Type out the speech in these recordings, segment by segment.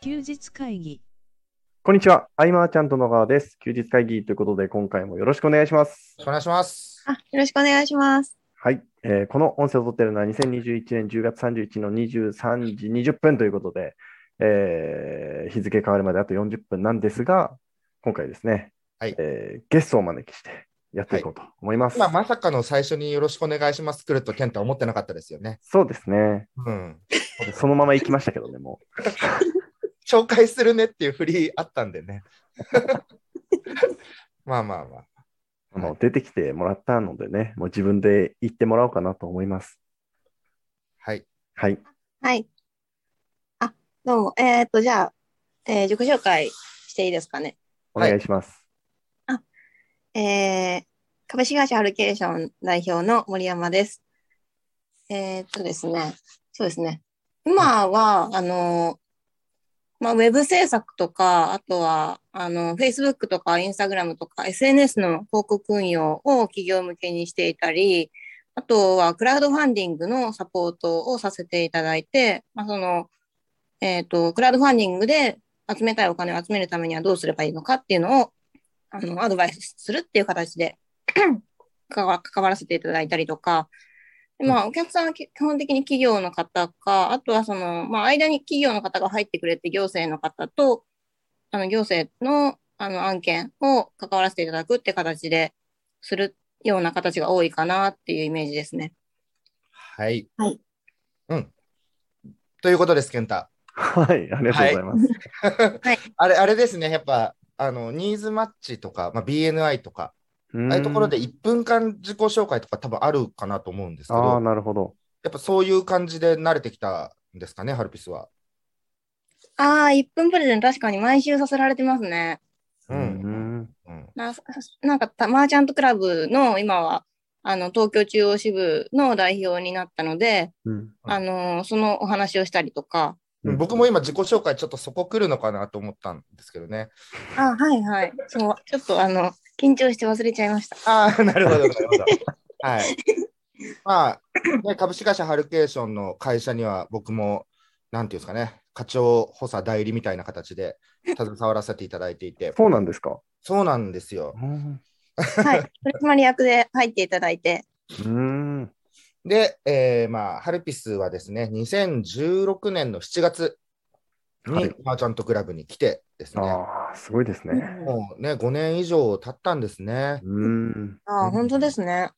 休日会議。こんにちは。アイマーちゃんと野川です。休日会議ということで、今回もよろしくお願いします。お願いします。あ、よろしくお願いします。はい。えーこの音声を撮っているのは2021年10月31日の23時20分ということで、えー日付変わるまであと40分なんですが、今回ですね、はいえーゲストをお招きしてやっていこうと思います。今まさかの最初によろしくお願いします来ると健太は思ってなかったですよね。そうですね。うん。そのまま行きましたけどね、も紹介するねっていう振りあったんでね。 まあまあまあ。う。もう出てきてもらったのでね、もう自分で行ってもらおうかなと思います。はい。はい。はい。あ、どうも。えーっと、じゃあ、えー自己紹介していいですかね。お願いします。えー株式会社ハルケーション代表の森山です。えーっとですね、そうですね。今は、あの、まあ、ウェブ制作とか、あとは、あの、Facebook とか Instagram とか SNS の広告運用を企業向けにしていたり、あとは、クラウドファンディングのサポートをさせていただいて、まあ、その、えーっと、クラウドファンディングで集めたいお金を集めるためにはどうすればいいのかっていうのをあの、アドバイスするっていう形で関わ関わらせていただいたりとか、でまあ、お客さんはき基本的に企業の方か、あとはその、まあ、間に企業の方が入ってくれて、行政の方と、あの、行政の、あの、案件を関わらせていただくって形でするような形が多いかなっていうイメージですね。はい。はいうん。ということです、健太。はい。ありがとうございます。はい。 あれ、あれですね。やっぱ、あの、ニーズマッチとか、まあ、BNI とか、うんああいうところで1分間自己紹介とか多分あるかなと思うんですけど、ああ、やなるほど。っぱそういう感じで慣れてきたんですかね、ハルピスは。ああ、1分プレゼン確かに毎週させられてますね。う。うんんうん。ななんかた、マーチャントクラブの今は、あの、東京中央支部の代表になったので、うんうんあのそのお話をしたりとか。うん僕も今自己紹介ちょっとそこ来るのかなと思ったんですけどね。あ、はいはい。そう、ちょっとあの、緊張して忘れちゃいました。ああ、なるほど、なるほど。 はい。まあ、ね、株式会社ハルケーションの会社には僕も、なんていうんですかね、課長補佐代理みたいな形で携わらせていただいていて、そうなんですか。そうなんですよ。うん はい。取締役で入っていただいて。うん。で、えーまあ、ハルピスはですね、2016年の7月はにいマーチャントクラブに来てですね、ああ、すごいですね。もうね、5年以上経ったんですね。うん。あうん本当ですね。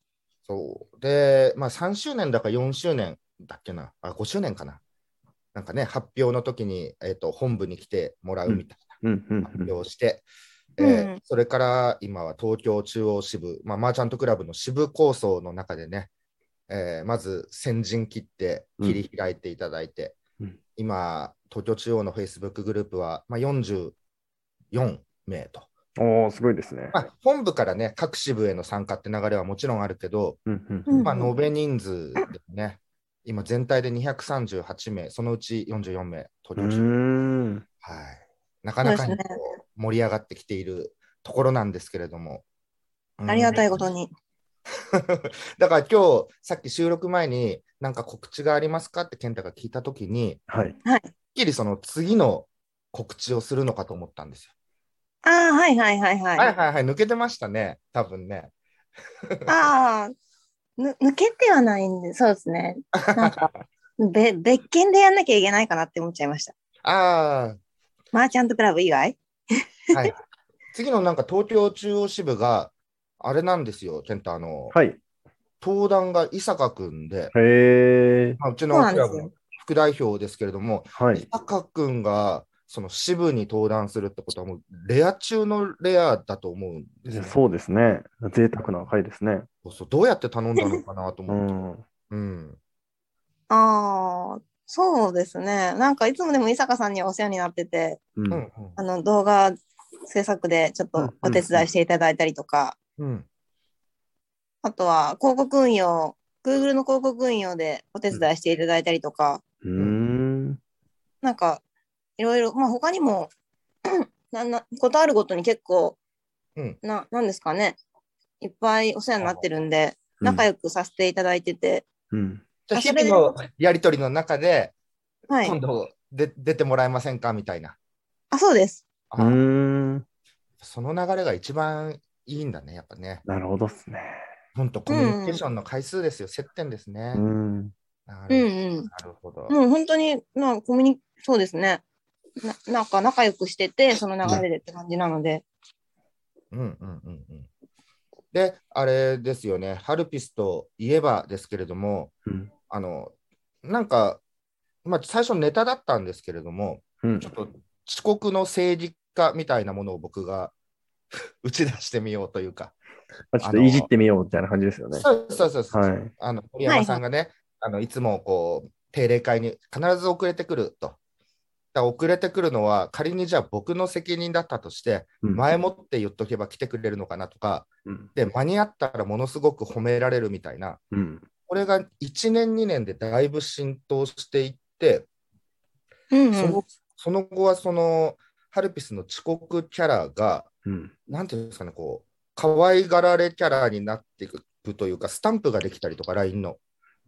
そう。で、まあ3周年だか4周年だっけな、あ、5周年かな。なんかね、発表の時に、えっ、と、本部に来てもらうみたいうんうんな発う表んをして、うんえーうんそれから今は東京中央支部、まあ、マーチャントクラブの支部構想の中でね、えーまず先陣切ってうん切り開いていただいて、うん今、東京中央の Facebook グループは、まあ、44名と。おお、すごいですね。まあ、本部からね、各支部への参加って流れはもちろんあるけど、うんうんまあ、延べ人数でね、今全体で238名、そのうち44名、う東京中、ん。うーんはい。なかなかそうにですねこう盛り上がってきているところなんですけれども。うん ありがたいことに。だから今日、さっき収録前に、なんか告知がありますかって健太が聞いたときに、はい。てっきりその次の告知をするのかと思ったんですよ。ああ、はいはいはいはい。はいはいはい、抜けてましたね、多分ね。ああ、ぬ抜けてはないんで、そうですね。なんか、 べ別件でやんなきゃいけないかなって思っちゃいました。ああ、マーチャントクラブ以外はい。次のなんか東京中央支部が、あれなんですよ、健太、あの、はい。登壇が伊坂君で、へえ。まあ、うちそのうなんクでラすよブの副代表ですけれども、はい伊。坂君がその支部に登壇するってことは、もうレア中のレアだと思うんですよ、ねそうですね。贅沢な回ですね。そうそう。どうやって頼んだのかなとう思っん。て。ううん、ああ、そうですね。なんかいつもでも伊坂さんにはお世話になってて、うんん、あの動画制作でちょっとお手伝いしていただいたりとか、うん、あとは広告運用、Google の広告運用でお手伝いしていただいたりとか、うーん。なんかいろいろ、まあ他にも、 なんなことあるごとに結構、うんな、なんですかね、いっぱいお世話になってるんで、うん仲良くさせていただいてて、うん。じゃああ日それで々のやり取りの中で、はい今。度、で出てもらえませんかみたいな。あ、そうです。うーあん、その流れが一番いいんだね、やっぱね。なるほどっすね。本当コミュニケーションの回数ですよ、接点ですね。うん。なうるんうん。なるほど。もう本当に、まあ、コミュニ、そうですね。ななんか仲良くしてて、その流れでって感じなので。うんうんうんうん。で、あれですよね、ハルピスといえばですけれども、うん。あの、なんか、まあ、最初ネタだったんですけれども、うんちょっと遅刻の政治家みたいなものを僕が 打ち出してみようというか、まあ、ちょっといじってみようみたいな感じですよね。そうそうそうそう、はいあの森山さんがね、いあのいつもこう定例会に必ず遅れてくると。だから遅れてくるのは仮にじゃあ僕の責任だったとしてうん前もって言っとけば来てくれるのかなとかうん。で間に合ったらものすごく褒められるみたいなうん。これが1年2年でだいぶ浸透していってうん、そうん。のその後はそのハルピスの遅刻キャラがうん。なんていうんですかねこう可愛がられキャラになっていくというかスタンプができたりとか LINE の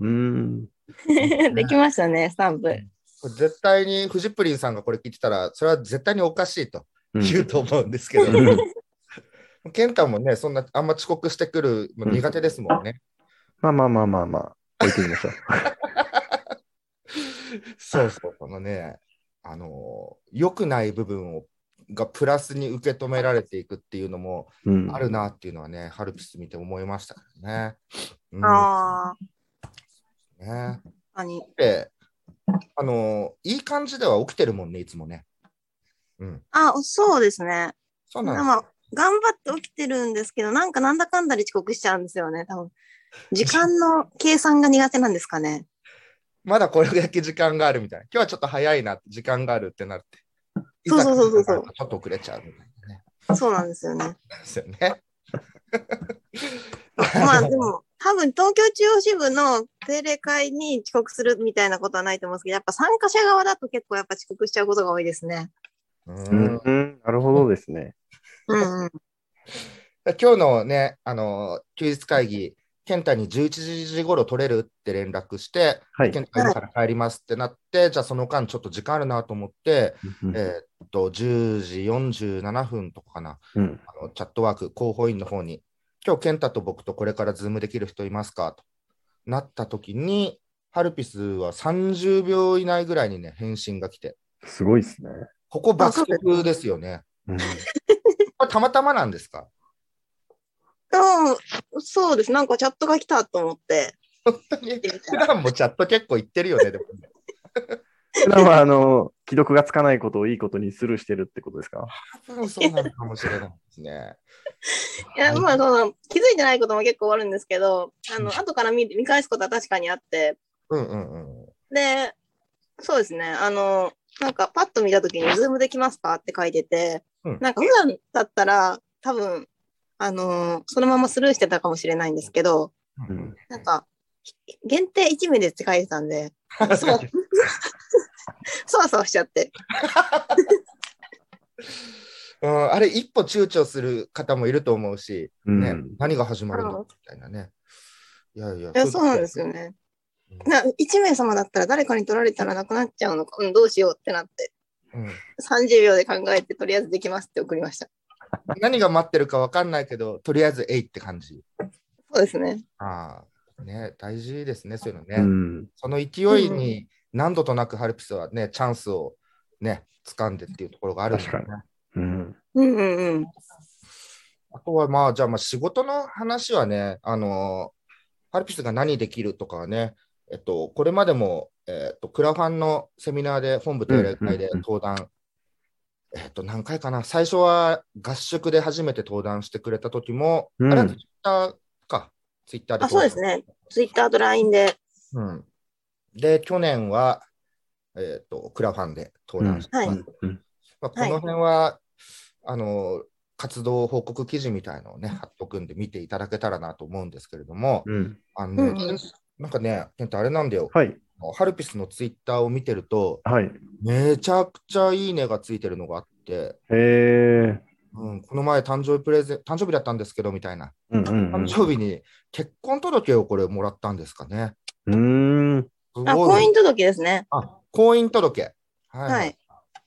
うん。 できましたね、スタンプ。これ絶対にフジプリンさんがこれ聞いてたらそれは絶対におかしいとうん言うと思うんですけど、うんケンタもねそんなあんま遅刻してくるの苦手ですもんね。まあまあまあまあまあ、置いてみましょう。そうそうこのねあの良くない部分をがプラスに受け止められていくっていうのもうん、 あるなっていうのはね、ハルピス見て思いましたね。うん、ああ、ねあに。で、あのいい感じでは起きてるもんね、いつもね。うん、あ、そうですね。そうまなんあですまあ、頑張って起きてるんですけど、なんかなんだかんだで遅刻しちゃうんですよね、多分。時間の計算が苦手なんですかね。まだこれだけ時間があるみたいな。今日はちょっと早いな、時間があるってなって。そうそうそうそういざ来るからちょっと遅れちゃうみたいなね。そうなんですよね。ですよね。 ま あでも、多分東京中央支部の定例会に遅刻するみたいなことはないと思うんですけど、やっぱ参加者側だと結構やっぱ遅刻しちゃうことが多いですね。 ううんん、うんなるほどですね。うんうん。今日のね、あの休日会議、健太に11時頃取れるって連絡して、はい。健太今から帰りますってなって、じゃあその間ちょっと時間あるなと思って、うんえーっと、10時47分とかかな、うん、あのチャットワーク広報員の方に、今日健太と僕とこれからズームできる人いますかとなった時に、ハルピスは30秒以内ぐらいにね、返信が来て、すごいですね。ここ爆速ですよね。うんこれたまたまなんですか うん、そうです。なんかチャットが来たと思って。本当に見てみた普ら段もチャット結構言ってるよね、でもね普段は、あの、既読がつかないことをいいことにスルーしてるってことですか多分そうなのかもしれないですね。いや、まあ、その、気づいてないことも結構あるんですけど、あうんの、後から見見返すことは確かにあって、うんうんうん。で、そうですね、あの、なんかパッと見たときに、ズームできますかって書いてて、うんなんか普段だったら、多分、あの、そのままスルーしてたかもしれないんですけど、うんなんか、ひ限定1名でって書いてたんで、そ わそわそわしちゃって。うん、あれ、一歩躊躇する方もいると思うし、うんね、何が始まるんだうみんたいなね。いやいや、いや、そうなんですよね。うん。な1名様だったら誰かに取られたらなくなっちゃうのか、うん、どうしようってなって。うん30秒で考えて、とりあえずできますって送りました。何が待ってるか分かんないけど、とりあえず、えいって感じ。そうですね。ああ、ね、大事ですね、そういうのね。うん。その勢いに何度となくハルピスはね、チャンスをね、掴んでっていうところがあるんだよね確うん。うんうんうん。あとはまあ、じゃあまあ仕事の話はね、あのーハルピスが何できるとかはね、えっと、これまでも、えっと、クラファンのセミナーで本部定例会うでんうんうん登壇、えっと、何回かな、最初は合宿で初めて登壇してくれた時も、うんあれはツイッターか、ツイッターであ、そうですね。ツイッターと LINE で。うん、で、去年は、えっと、クラファンで登壇して、はいうんまあ、この辺は、あの活動報告記事みたいのをね、貼っとくんで見ていただけたらなと思うんですけれども、うん。あのねうんうんなんかね、ケンタあれなんだよ、はい。ハルピスのツイッターを見てると、はい。めちゃくちゃいいねがついてるのがあって、えー。うん、この前誕生日プレゼン、誕生日だったんですけどみたいな、うんうん誕生日に結婚届をこれもらったんですかね。うん。うーん。すあ、ご婚い姻届ですね。あ婚姻届。はいはい。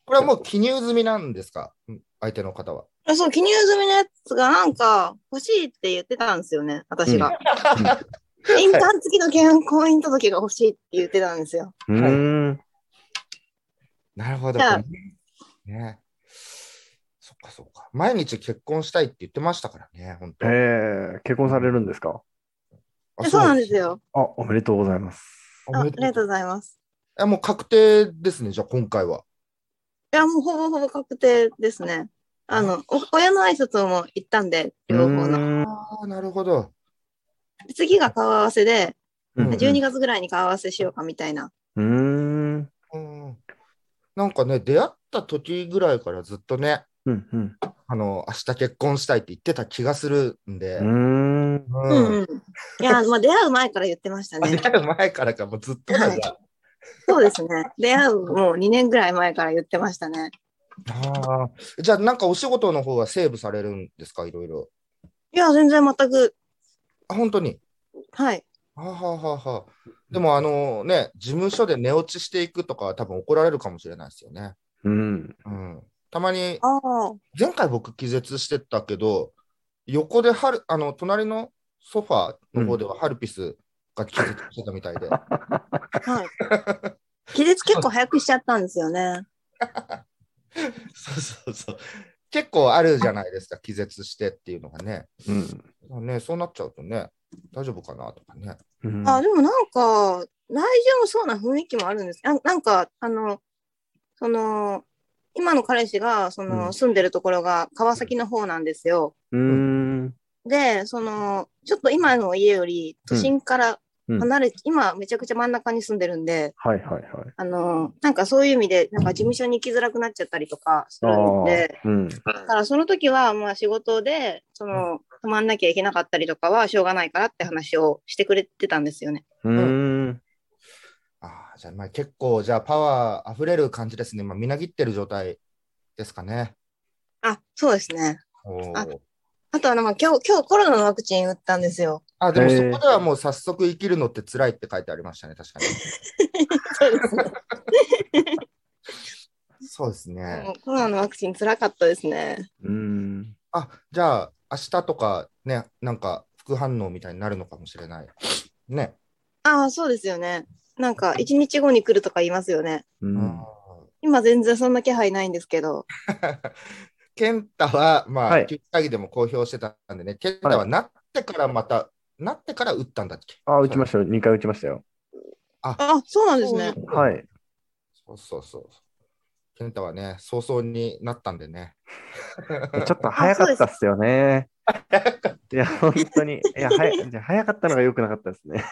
これはもう記入済みなんですかうん相手の方は。あそう、記入済みのやつがなんか欲しいって言ってたんですよね、私が。 印鑑付きの健婚姻届が欲しいって言ってたんですよ。うーん。なるほど。じゃあこれねね。そっかそっか。毎日結婚したいって言ってましたからね、本当。えー、結婚されるんですかあでそうなんです。よ。あ、おめでとうございます。ああおめでりとがうとうございます。えもう確定ですね、じゃあ今回は。いや、もうほぼほぼ確定ですね。あの、お親の挨拶をもう行ったんで、両方の。の。ああ、なるほど。次が顔合わせで、うんうん12月ぐらいに顔合わせしようかみたいな。うーん。うんなんかね、出会った時ぐらいからずっとね、うんうん。あの、明日結婚したいって言ってた気がするんで、うーん。ううんうん。いや、まあ出会う前から言ってましたあ出ね。会う前からか、もうずっとなんだ。そうですね。出会うもう2年ぐらい前から言ってましたね。あーじゃあ、なんかお仕事の方はセーブされるんですか、いろいろ。いや、全然全く、あ、本当に。はい。はあ、はあはあはあ、でも、あのね、事務所で寝落ちしていくとかは多分怒られるかもしれないですよね。うん。うん。たまに、ああ。前回僕気絶してたけど、横ではる、あの、隣のソファーの方ではハルピスが気絶してたみたいで。はい。気絶結構早くしちゃったんですよね。 そうそうそう。結構あるじゃないですか、気絶してっていうのがね。うん。ねそうなっちゃうとね、大丈夫かなとかね。うんあ、でもなんか、大丈夫そうな雰囲気もあるんです。ななんか、あの、その、今の彼氏が、その、うん住んでるところが川崎の方なんですよ。うーん。で、その、ちょっと今の家より都心からうん離れ、今めちゃくちゃ真ん中に住んでるんで、はいはいはい。あの、なんかそういう意味で、なんか事務所に行きづらくなっちゃったりとかすあるんで、あ。うん。だからその時はまあ仕事でその泊まんなきゃいけなかったりとかはしょうがないからって話をしてくれてたんですよね。うーん。ああ、じゃあ、まあ結構、じゃあ、パワー溢れる感じですね。まあ、みなぎってる状態ですかね。あそうですね。おーああとあのまあ今日今日コロナのワクチン打ったんですよ。あ、でもへそーこではもう早速生きるのって辛いって書いてありましたね、確かに。そうです ね。そうですねも。うコロナのワクチン辛かったですね。うーん。あ、じゃあ、明日とかね、なんか副反応みたいになるのかもしれない。ね。ああそうですよね。なんか1日後に来るとか言いますよね。う。うん今全然そんな気配ないんですけど。健太は、まあ、はい緊急会議でも公表してたんでね、健太はなってからまた、なってから打ったんだっけ。あ、打ちましたよ。2回打ちましたよ。あそうなんですね。はいい。そうそうそう。健太はね、早々になったんでね。ちょっと早かったっすよね。いや、本当に。いや、早いや早かったのが良くなかったですね。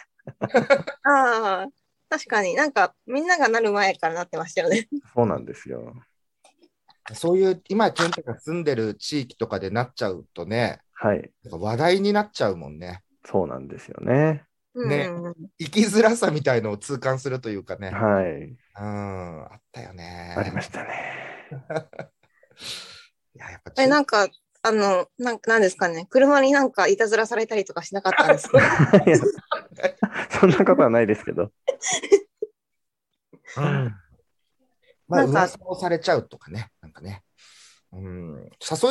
ああ確かになんかみんながなる前からなってましたよね。そうなんですよ。そういう、今、健太が住んでる地域とかでなっちゃうとね、はい。なんか話題になっちゃうもんね。そうなんですよね。ねうんうんうん生きづらさみたいのを痛感するというかね。はい。うん、あったよね。ありましたね。いや、やっぱえ、なんんか、あの、なんなんですかね、車になんかいたずらされたりとかしなかったんで すかいやそんなことはないですけど。うんまあ、なんか噂をされちゃうとかね、なんかね。うん、誘い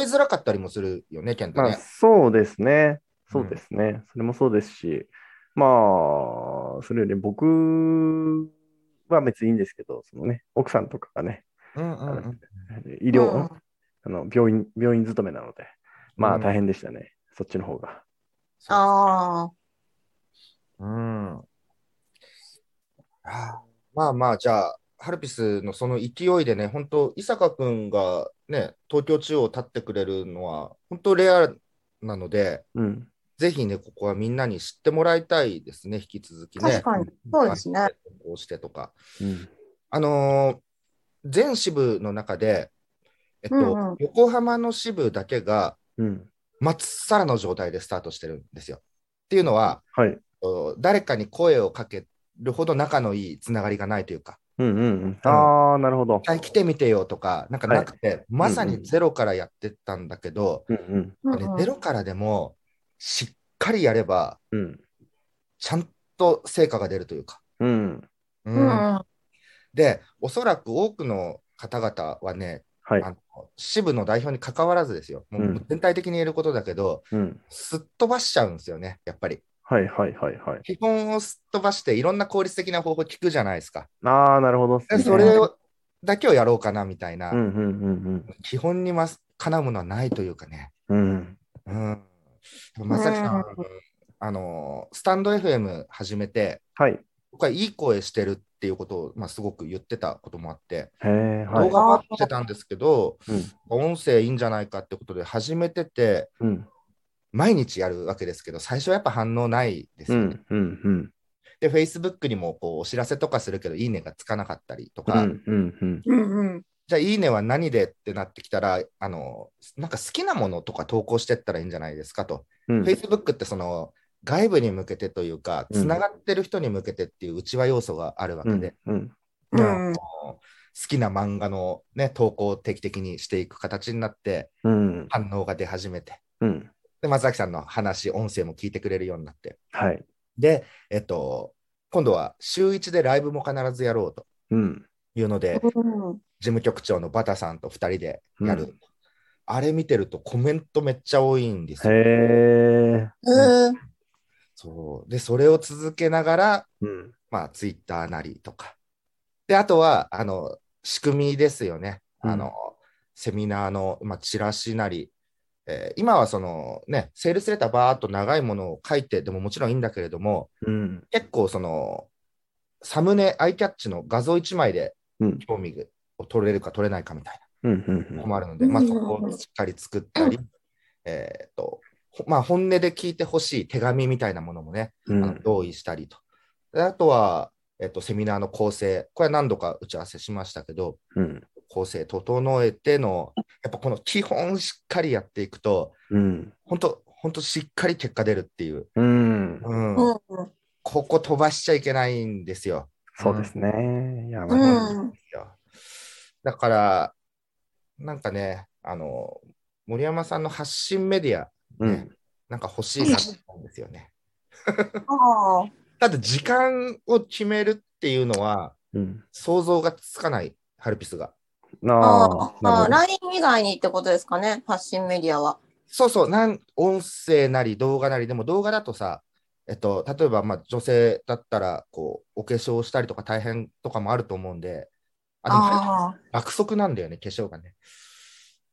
づらかったりもするよね、健太まあ、ね。そうですね。そうですね。それもそうですし、まあ、それより僕は別にいいんですけど、そのね、奥さんとかがね、うんうんうん医療、うんあの病院、病院勤めなので、まうあん大変でしたね。そっちの方が。ああ、うん。ああまあまあ、じゃあ、ハルピスのその勢いでね、本当、伊坂君がね、東京中央を立ってくれるのは、本当レアなので、うん。ぜひね、ここはみんなに知ってもらいたいですね、引き続きね。確かに。そうですね。こうしてとか。うん。あのー全支部の中で、えっと、うんうん横浜の支部だけが、うん。まっさらの状態でスタートしてるんですよ。っていうのは、はい。えっと誰かに声をかけるほど仲のいいつながりがないというか、うんうんうん。ああ、なるほど一。回来てみてよとか、なんかなくて、まさうんうにんゼロからやってったんだけど、うんうん。あれゼロからでも、しっかりやれば、うん。ちゃんと成果が出るというか。うん。ううんうんうんで、おそらく多くの方々はね、はいあ。の支部の代表に関わらずですよ、もうんう全体的に言えることだけど、うん。すっ飛ばしちゃうんですよね、やっぱり。はいはいはいはい。基本をすっ飛ばして、いろんな効率的な方法聞くじゃないですか。ああ、なるほどっすでね。それをだけをやろうかなみたいな、うんうん基本にまかなうものはないというかね。うんうん。うん。うん、まさきさん、あのスタンド FM 始めて、はい。へ僕はいい声してるっていうことを、まあ、すごく言ってたこともあって、え、は動い。画もしてたんですけど、うん音声いいんじゃないかってことで始めてて、うん。毎日やるわけですけど、最初はやっぱ反応ないですうよね。んうんうん。で、Facebook にもこうお知らせとかするけど、いいねがつかなかったりとうか、んうんうん。うんうん。じゃあ、いいねは何でってなってきたら、あのなんか好きなものとか投稿してったらいいんじゃないですかと。うん。 Facebook ってその外部に向けてというか、うんつながってる人に向けてっていう内輪要素があるわうけんで、うん。うあんの好きな漫画の、ね、投稿を定期的にしていく形になって、うん。反応が出始めて、うん。で松崎さんの話、音声も聞いてくれるようになって、はい。で、えっと、今度は週1でライブも必ずやろうとうん。いうので、うん。事務局長のバタさんと2人でやる。うあれ見てるとコメントめっちゃ多いんですへよ。え。うん。そうでそれを続けながら、うん。まあ、ツイッターなりとか。で、あとは、あの、仕組みですよね。うんあの、セミナーの、まあ、チラシなり、えー今はそのね、セールスレターばーっと長いものを書いてでももちろんいいんだけれども、うん。結構その、サムネ、アイキャッチの画像1枚でうん興味を取れるか取れないかみたいうんうんうなのん。もあるので、うんまあ、そこをしっかり作ったり、えーっと、ほまあ、本音で聞いてほしい手紙みたいなものもね、うあのん。用意したりと。であとは、えっと、セミナーの構成、これは何度か打ち合わせしましたけど、うん。構成整えての、やっぱこの基本しっかりやっていくと、うん。本当、本当しっかり結果出るっていう、うん。うんうんここ飛ばしちゃいけないんですよ。そうですね。いや、うまあ、んいやだから、なんかね、あの、森山さんの発信メディア、うん。なんか欲しいなと思うんですよね。ああ。ただ、時間を決めるっていうのは、うん。想像がつかない、ハルピスが。なああ、あ、なる LINE 以外にってことですかね、発信メディアは。そうそう、なん音声なり動画なり、でも動画だとさ、えっと、例えばまあ女性だったらこう、お化粧したりとか大変とかもあると思うんで、あでもあ爆速なんだよね、化粧がね。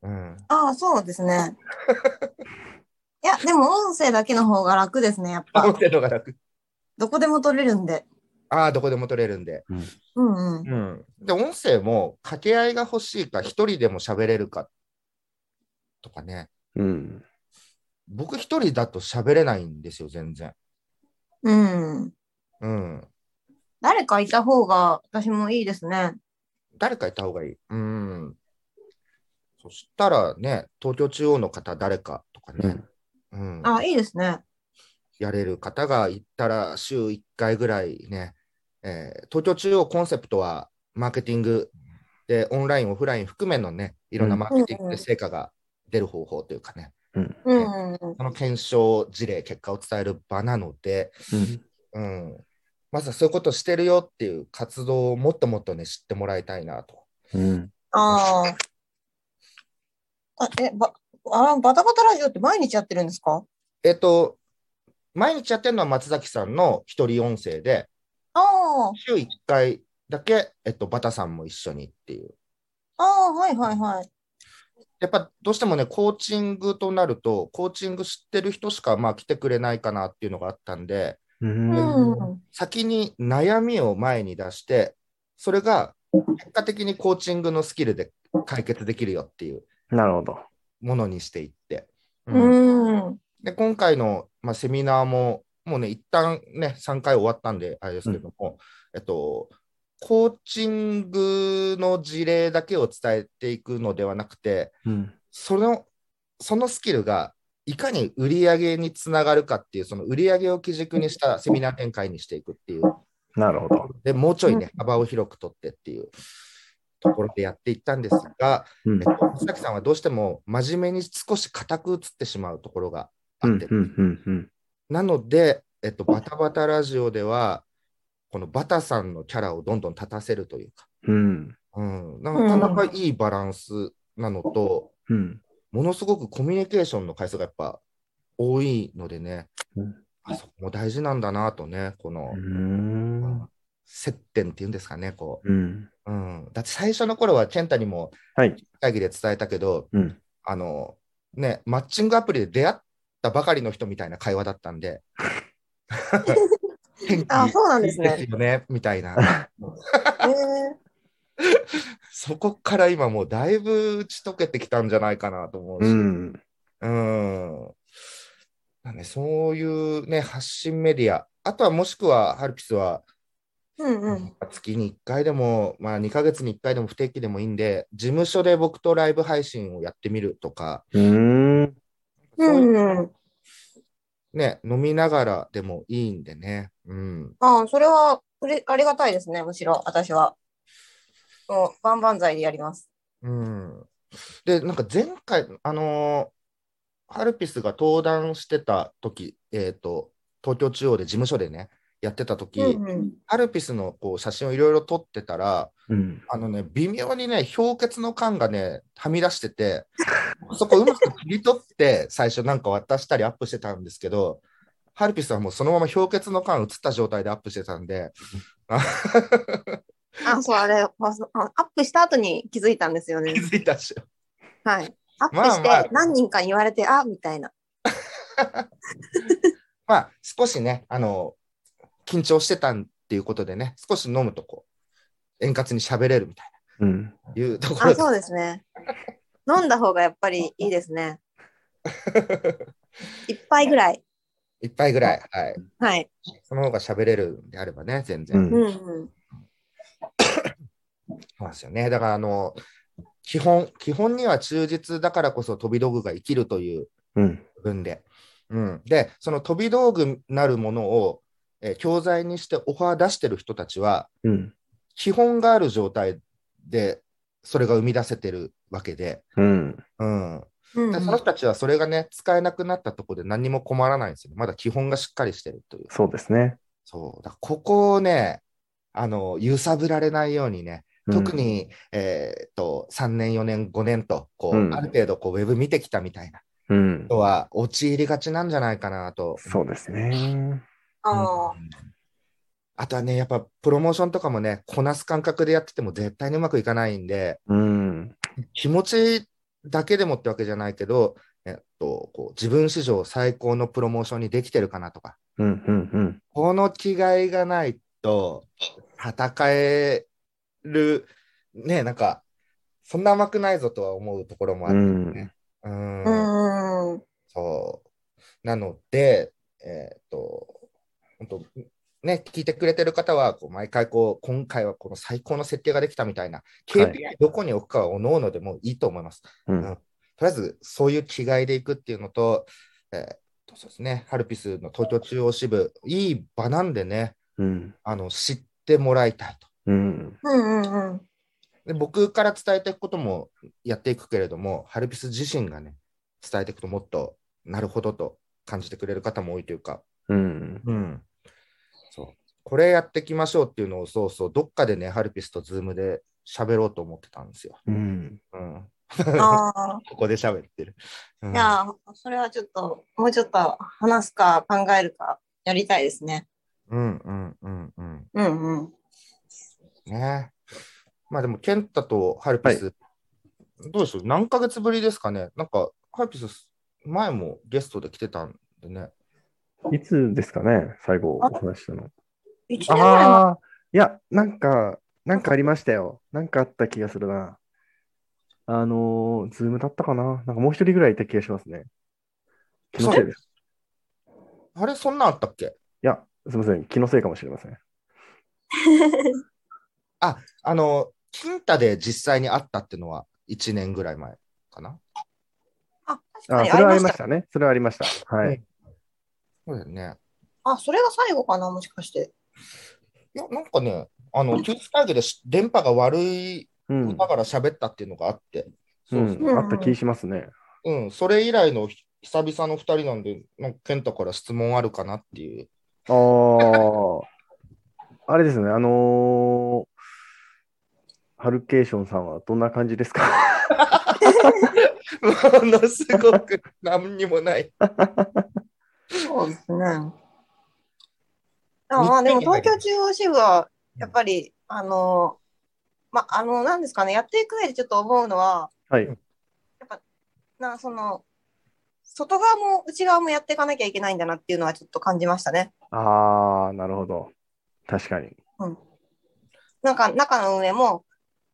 うん、あ、ああ、そうで すね。いや、でも音声だけの方が楽ですね、やっぱ 音。声の方が楽。どこでも撮れるんで。ああ、どこでも撮れるんで。うんうん。うん、で、音声も掛け合いが欲しいか、一人でも喋れるかとかね、ほど。うん。僕一人だと喋れないんですよ、全然。うん。うん、誰かいた方が私もいいですね。誰かいた方がいい。うん。そしたらね、東京中央の方誰かとかうね、ん。うんあ、いいですね。やれる方がいたら週1回ぐらいね、えー東京中央コンセプトはマーケティングでオンライン、オフライン含めのね、いろんなマーケティングで成果が出る方法というかね、うんうん。その検証事例、結果を伝える場なので、うん。うん、まずはそういうことしてるよっていう活動をもっともっとね、知ってもらいたいなと。うん。ああ。あ、え、ば、あ、バタバタラジオって毎日やってるんですかえっと、毎日やってるのは松崎さんの一人音声で、ああ、週1回だけ、えっと、バタさんも一緒にっていう。ああ、はいはいはい。やっぱどうしてもね、コーチングとなると、コーチング知ってる人しかまあ来てくれないかなっていうのがあったんで、うんうん。先に悩みを前に出して、それが結果的にコーチングのスキルで解決できるよっていうなるほど。ものにしていって。うん うん。で今回の、まあ、セミナーも、もうね、一旦ね、3回終わったんで、あれですけども、えっと、コーチングの事例だけを伝えていくのではなくて、うん。そのそのスキルがいかに売り上げにつながるかっていう、その売り上げを基軸にしたセミナー展開にしていくっていう、なるほど。でもうちょいね、幅を広く取ってっていうところでやっていったんですが、うんえっ。と松崎さんはどうしても真面目に少し硬く映ってしまうところがあって、うん。うん。うん。なので、えっと、バタバタラジオでは、このバタさんのキャラをどんどん立たせるというか、うん。うん、なかなかいいバランスなのと、うん。ものすごくコミュニケーションの回数がやっぱ多いのでね、うんあそこも大事なんだなとね、この、うん。接点っていうんですかね、こうん。う、うん。だって最初の頃は健太にもはい。会議で伝えたけど、うん。あの、ね、マッチングアプリで出会ったばかりの人みたいな会話だったんで。天気あそうなんですねいいよね、みたいな。 えーそこから今もうだいぶ打ち解けてきたんじゃないかなと思ううし。ん。うんなんでそういうね、発信メディア。あとはもしくは、ハルピスは、うんうん。月に1回でも、まあ2ヶ月に1回でも不定期でもいいんで、事務所で僕とライブ配信をやってみるとか、うん。うそういうんうん。ね、飲みながらでもいいんでね。うん。ああ、それはうれありがたいですね、むしろ、私は。もう、万々歳でやります。うん。で、なんか前回、あのーハルピスが登壇してた時、えっ、と、東京中央で事務所でね、やってた時、うんうん。ハルピスのこう写真をいろいろ撮ってたら、うん。あのね、微妙にね、氷結の缶がね、はみ出して て、そこうまく切り取って、最初なんか渡したりアップしてたんですけど、ハルピスはもうそのまま氷結の缶映った状態でアップしてたん で、あ、そう、あれ、あそうあアップした後に気づいたんですよ気ね。づいたっしょ。はい。アップまあしまあて、何人かに言われて、あ、みたいな。まあ、少しね、あの、緊張してたんっていうことでね、少し飲むとこう、円滑に喋れるみたいうん。な、いうところあ、で そうですね。飲んだ方がやっぱりいいですね。一杯ぐらい。いっぱいぐらい、はい。はい。その方が喋れるんであればね、全う然。うんん。うん。そうなんですよね。だから、あの、基本、基本には忠実だからこそ飛び道具が生きるといううん。部分で。うん、で、その飛び道具なるものを、えー教材にしてオファー出してる人たちは、うん。基本がある状態で、それが生み出せてるわけで、うん。うん。うんでうんその人たちはそれがね、使えなくなったところで何にも困らないんですよね。まだ基本がしっかりしてるという。そうですね。そう。だからここをね、あの、揺さぶられないようにね、うん特。に、えーっと、3年、4年、5年と、こう、うんある程度、こう、ウェブ見てきたみたいなうん人。は、陥りがちなんじゃないかなと。そうですね。あうんあとはね、やっぱ、プロモーションとかもね、こなす感覚でやってても絶対にうまくいかないんで、うん。気持ちだけでもってわけじゃないけど、えっと、こう自分史上最高のプロモーションにできてるかなとか、うん。うん。うん。この気概がないと戦える、ね、なんか、そんな甘くないぞとは思うところもあうる。ん。うあ。んう、んうん。そう。なので、えーっと、本当ね、聞いてくれてる方は、こう毎回こう、今回はこの最高の設定ができたみたいな、い KPI どこに置くかはおののでもういいと思います。うん。とりあえず、そういう気概でいくっていうのと、えーそうですね、ハルピスの東京中央支部、いい場なんでね、うん。あの知ってもらいたいと。うん。うんうんうん。 で僕から伝えていくこともやっていくけれども、ハルピス自身がね、伝えていくともっとなるほどと感じてくれる方も多いというか、うん。うん、そうこれやっていきましょうっていうのを、そうそう、どっかでね、ハルピスとズームで喋ろうと思ってたんですよ。うん。うん、ああ。ここで喋ってる。うんいやー、それはちょっと、もうちょっと話すか考えるかやりたいですね。うんうんうんうん。うんうん。ね。まあでも、健太とハルピス、どうでしょう、何ヶ月ぶりですかね。なんか、ハルピス、前もゲストで来てたんでね。いつですかね、最後お話ししたの。 1年ぐらい前ああ、いや、なんか、なんかありましたよ。なんかあった気がするな。あのー、ズームだったかななんかもう一人ぐらいいた気がしますね。気のせいです。あれ、そんなんあったっけいや、すみません。気のせいかもしれません。あの、金太で実際に会ったっていうのは、1年ぐらい前かな。 あ、確かあ、にそれはあ会いりままし。したたね。それはありました。はうい。そうだよね。あ、それが最後かな、もしかして。いや、なんかね、あの、救出会議でし電波が悪いうん。だから喋ったっていうのがあって、うそうそん、あった気しますね。う、うん、それ以来のひ久々の2人 なんで、なんか健太から質問あるかなっていう。ああ。あれですね、あのーハルケーションさんはどんな感じですか ものすごく何にもない。そうですね。ああでも東京中央支部はやっぱり、あの、ま、あの、なんですかね、やっていく上でちょっと思うのは、はい。なその、外側も内側もやっていかなきゃいけないんだなっていうのはちょっと感じましたね。ああ、なるほど。確かに。なんか中の運営も、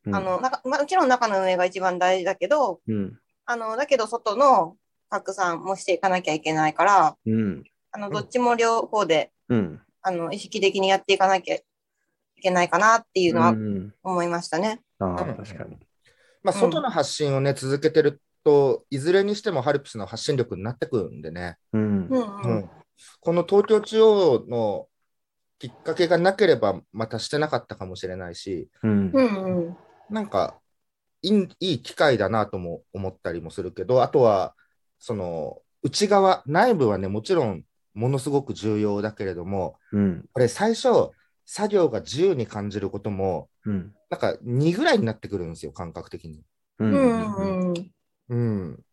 うん、あの中まあ、もちろん中の運営が一番大事だけど、うん。あのだけど外の拡散もしていかなきゃいけないから、うん。あのどっちも両方で、うん。あの意識的にやっていかなきゃいけないかなっていうのはうん思いましたね。ああ、うん確かに。まあ、うん外の発信をね、続けてると、いずれにしてもハルプスの発信力になってくるんでね。うんう。んううんんこの東京中央のきっかけがなければ、またしてなかったかもしれないし、うんう。んうんなんかいいいい機会だなとも思ったりもするけど、あとはその内側、内部はね、もちろんものすごく重要だけれども、うん。これ最初、作業が自由に感じることも、うん。なんか2ぐらいになってくるんですよ、感覚的に。う。うんうん。んうんうん、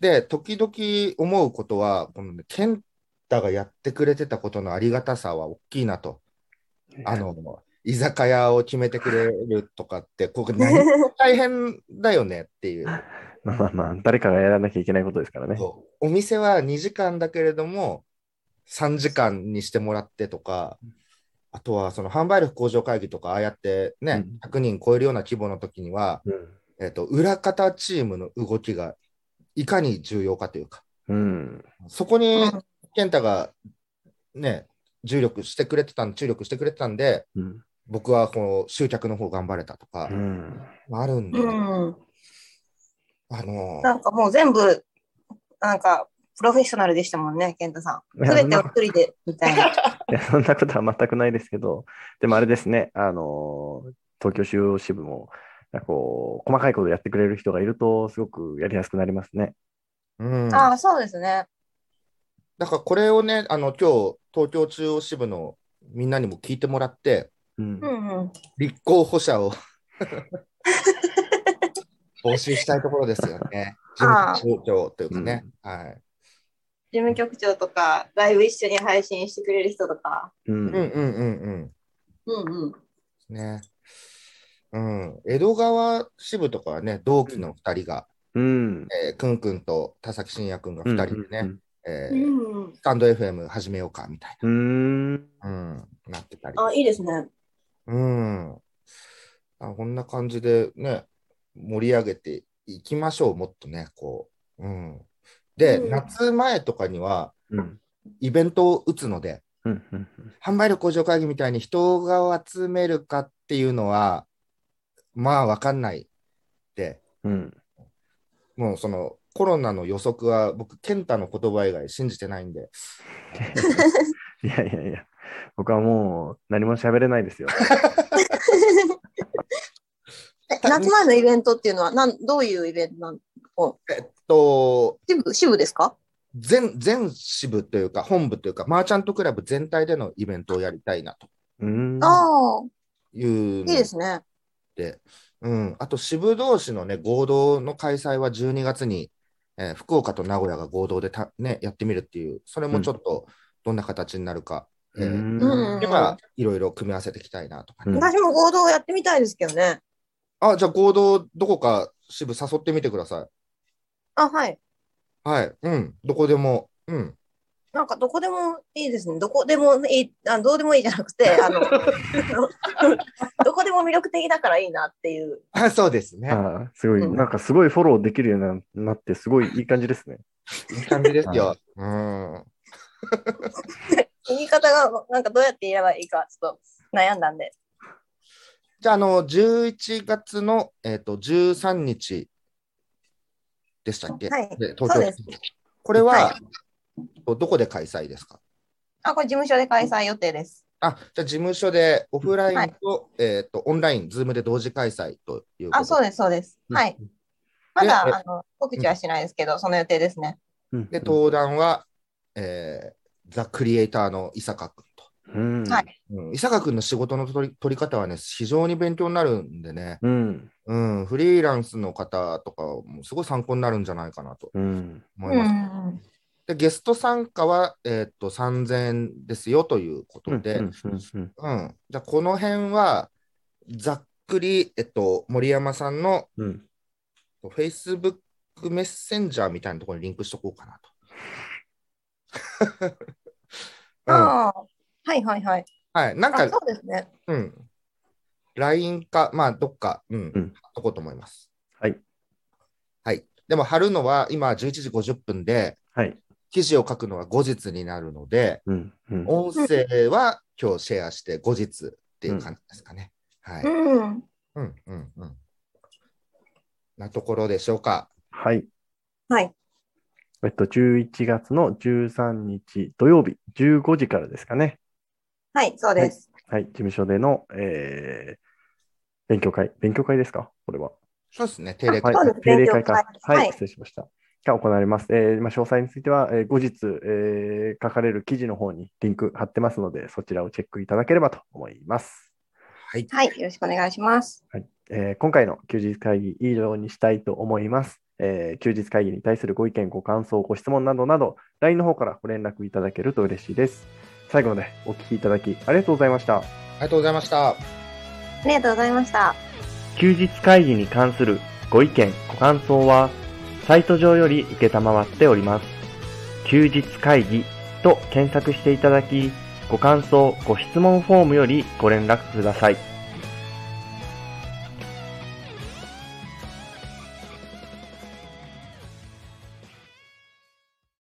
で、時々思うことは、このね、健太がやってくれてたことのありがたさは大きいなと。あの居酒屋を決めてくれるとかって、ここ何大変だよねって いう。 まあまあまあ、誰かがやらなきゃいけないことですからね。そうお店は2時間だけれども、3時間にしてもらってとか、あとはその販売力向上会議とか、ああやってね、100人超えるような規模の時には、えっと、裏方チームの動きがいかに重要かというか、うん。そこにうん健太がね、重力してくれてたん、注力してくれてたんで、うん。僕はこの集客の方頑張れたとかう、ん。あるんで、うんあのーなんかもう全部、なんかプロフェッショナルでしたもんね、健太さん。いやすべてお一人でみたいな。いや、そんなことは全くないですけど、でもあれですね、あのー東京中央支部も、なんかこう、細かいことやってくれる人がいると、すごくやりやすくなりますね。うん、ああ、そうですね。だからこれをね、あの今日東京中央支部のみんなにも聞いてもらって、うんう。んうん。立候補者 を募集したいところですよね。事 ああ務局長というかね。はい事務局長とか、ライブ一緒に配信してくれる人とか。ううんうんん。うんうんうん。うん。ね。うん、江戸川支部とかはね、同期の2人が、うん。えーくんくんと田崎真也くんが2人でね、えうーんうん、スタンド FM 始めようかみたいうん。うん。な、うん、なってたり。あいいです ね。うん。あ、こんな感じでね、盛り上げていきましょう、もっとね、こう。うん。で、うん夏前とかにはうん。イベントを打つので、うん。うん。販売力向上会議みたいに人が集めるかっていうのは、まあ、わかんないで、うん。もうそのコロナの予測は僕、健太の言葉以外信じてないんで、いやいやいや、僕はもう何も喋れないですよ。え夏前のイベントっていうのはなん、どういうイベントなんと、支部支部ですか全、全支部というか、本部というか、マーチャントクラブ全体でのイベントをやりたいなと。うん。ああ、いういいのですね。で、うん、あと支部同士のね、合同の開催は12月に、えー福岡と名古屋が合同でた、ね、やってみるっていう、それもちょっとどんな形になるか、うえーん。うんではいろいろ組み合わせていきたいなとかね、うん私も合同やってみたいですけどね。あ、じゃあ合同、どこか支部誘ってみてくださあ、はい。い。はい、うん、どこでも、うん。なんかどこでもいいですね。どこでもいい、あどうでもいいじゃな くて、あの、 どこでも魅力的だからいいなっていう。あ、 そうですね。ああ、すごい、うんなんかすごいフォローできるようになって、すごいいい感じですね。いい感じですよ。うん。言い方が、なんかどうやって言えばいいか、ちょっと悩んだんで。じゃあ、あの、11月の、えっと13日でしたっけ、はいでそ東京うですこれは、はどこで開催ですかあ、これ事務所で開催予定です。あ、じゃあ事務所でオフライはンと,、えっとオンライン、ズームで同時開催ということあ、そうです、そうです。はい。まだ、ええあの、告知はしないですけど、その予定ですね。うんで登壇は、えーザ・クリエイターの伊坂君と、うん。はい。うん、伊坂君の仕事の取り取り方はね、非常に勉強になるんでね、うん。うん、フリーランスの方とかもすごい参考になるんじゃないかなとうん。思いうます。ん。で、ゲスト参加は、えーっと3000円ですよということで、うんうんうんうん、じゃあこの辺はざっくり、えっと、森山さんのうん。 Facebook メッセンジャーみたいなところにリンクしとこうかなと。うん ああ、はいはいはい。はい、なんあ、そか、うですね。うん、LINE か、まあ、どっか、うん、うん貼っとこうと思います。はい。はい。でも、貼るのは今11時50分で、はい。記事を書くのは後日になるので、うん。うん。音声は今日シェアして後日っていう感じですかね。はい。うん。うんうんうん。なところでしょうか。はい。はい。えっと、11月の13日土曜日15時からですかね。はい、そうです。はい。事務所での、えー、勉強会。勉強会ですかこれは。そうですね、定例は会。そういで。す定例会か勉強。会は。はいい失礼しました。が行われます。えーまあ、詳細については、えー後日、えー書かれる記事の方にリンク貼ってますので、そちらをチェックいただければと思います。はい。はい、よろしくお願いします。えー今回の休日会議以上にしたいと思います、えー休日会議に対するご意見、ご感想、ご質問などなど、LINE の方からご連絡いただけると嬉しいです。最後までお聞きいただきありがとうございました。ありがとうございました。ありがとうございました。休日会議に関するご意見、ご感想は、サイト上より受けたまわっております。休日会議と検索していただき、ご感想、ご質問フォームよりご連絡ください。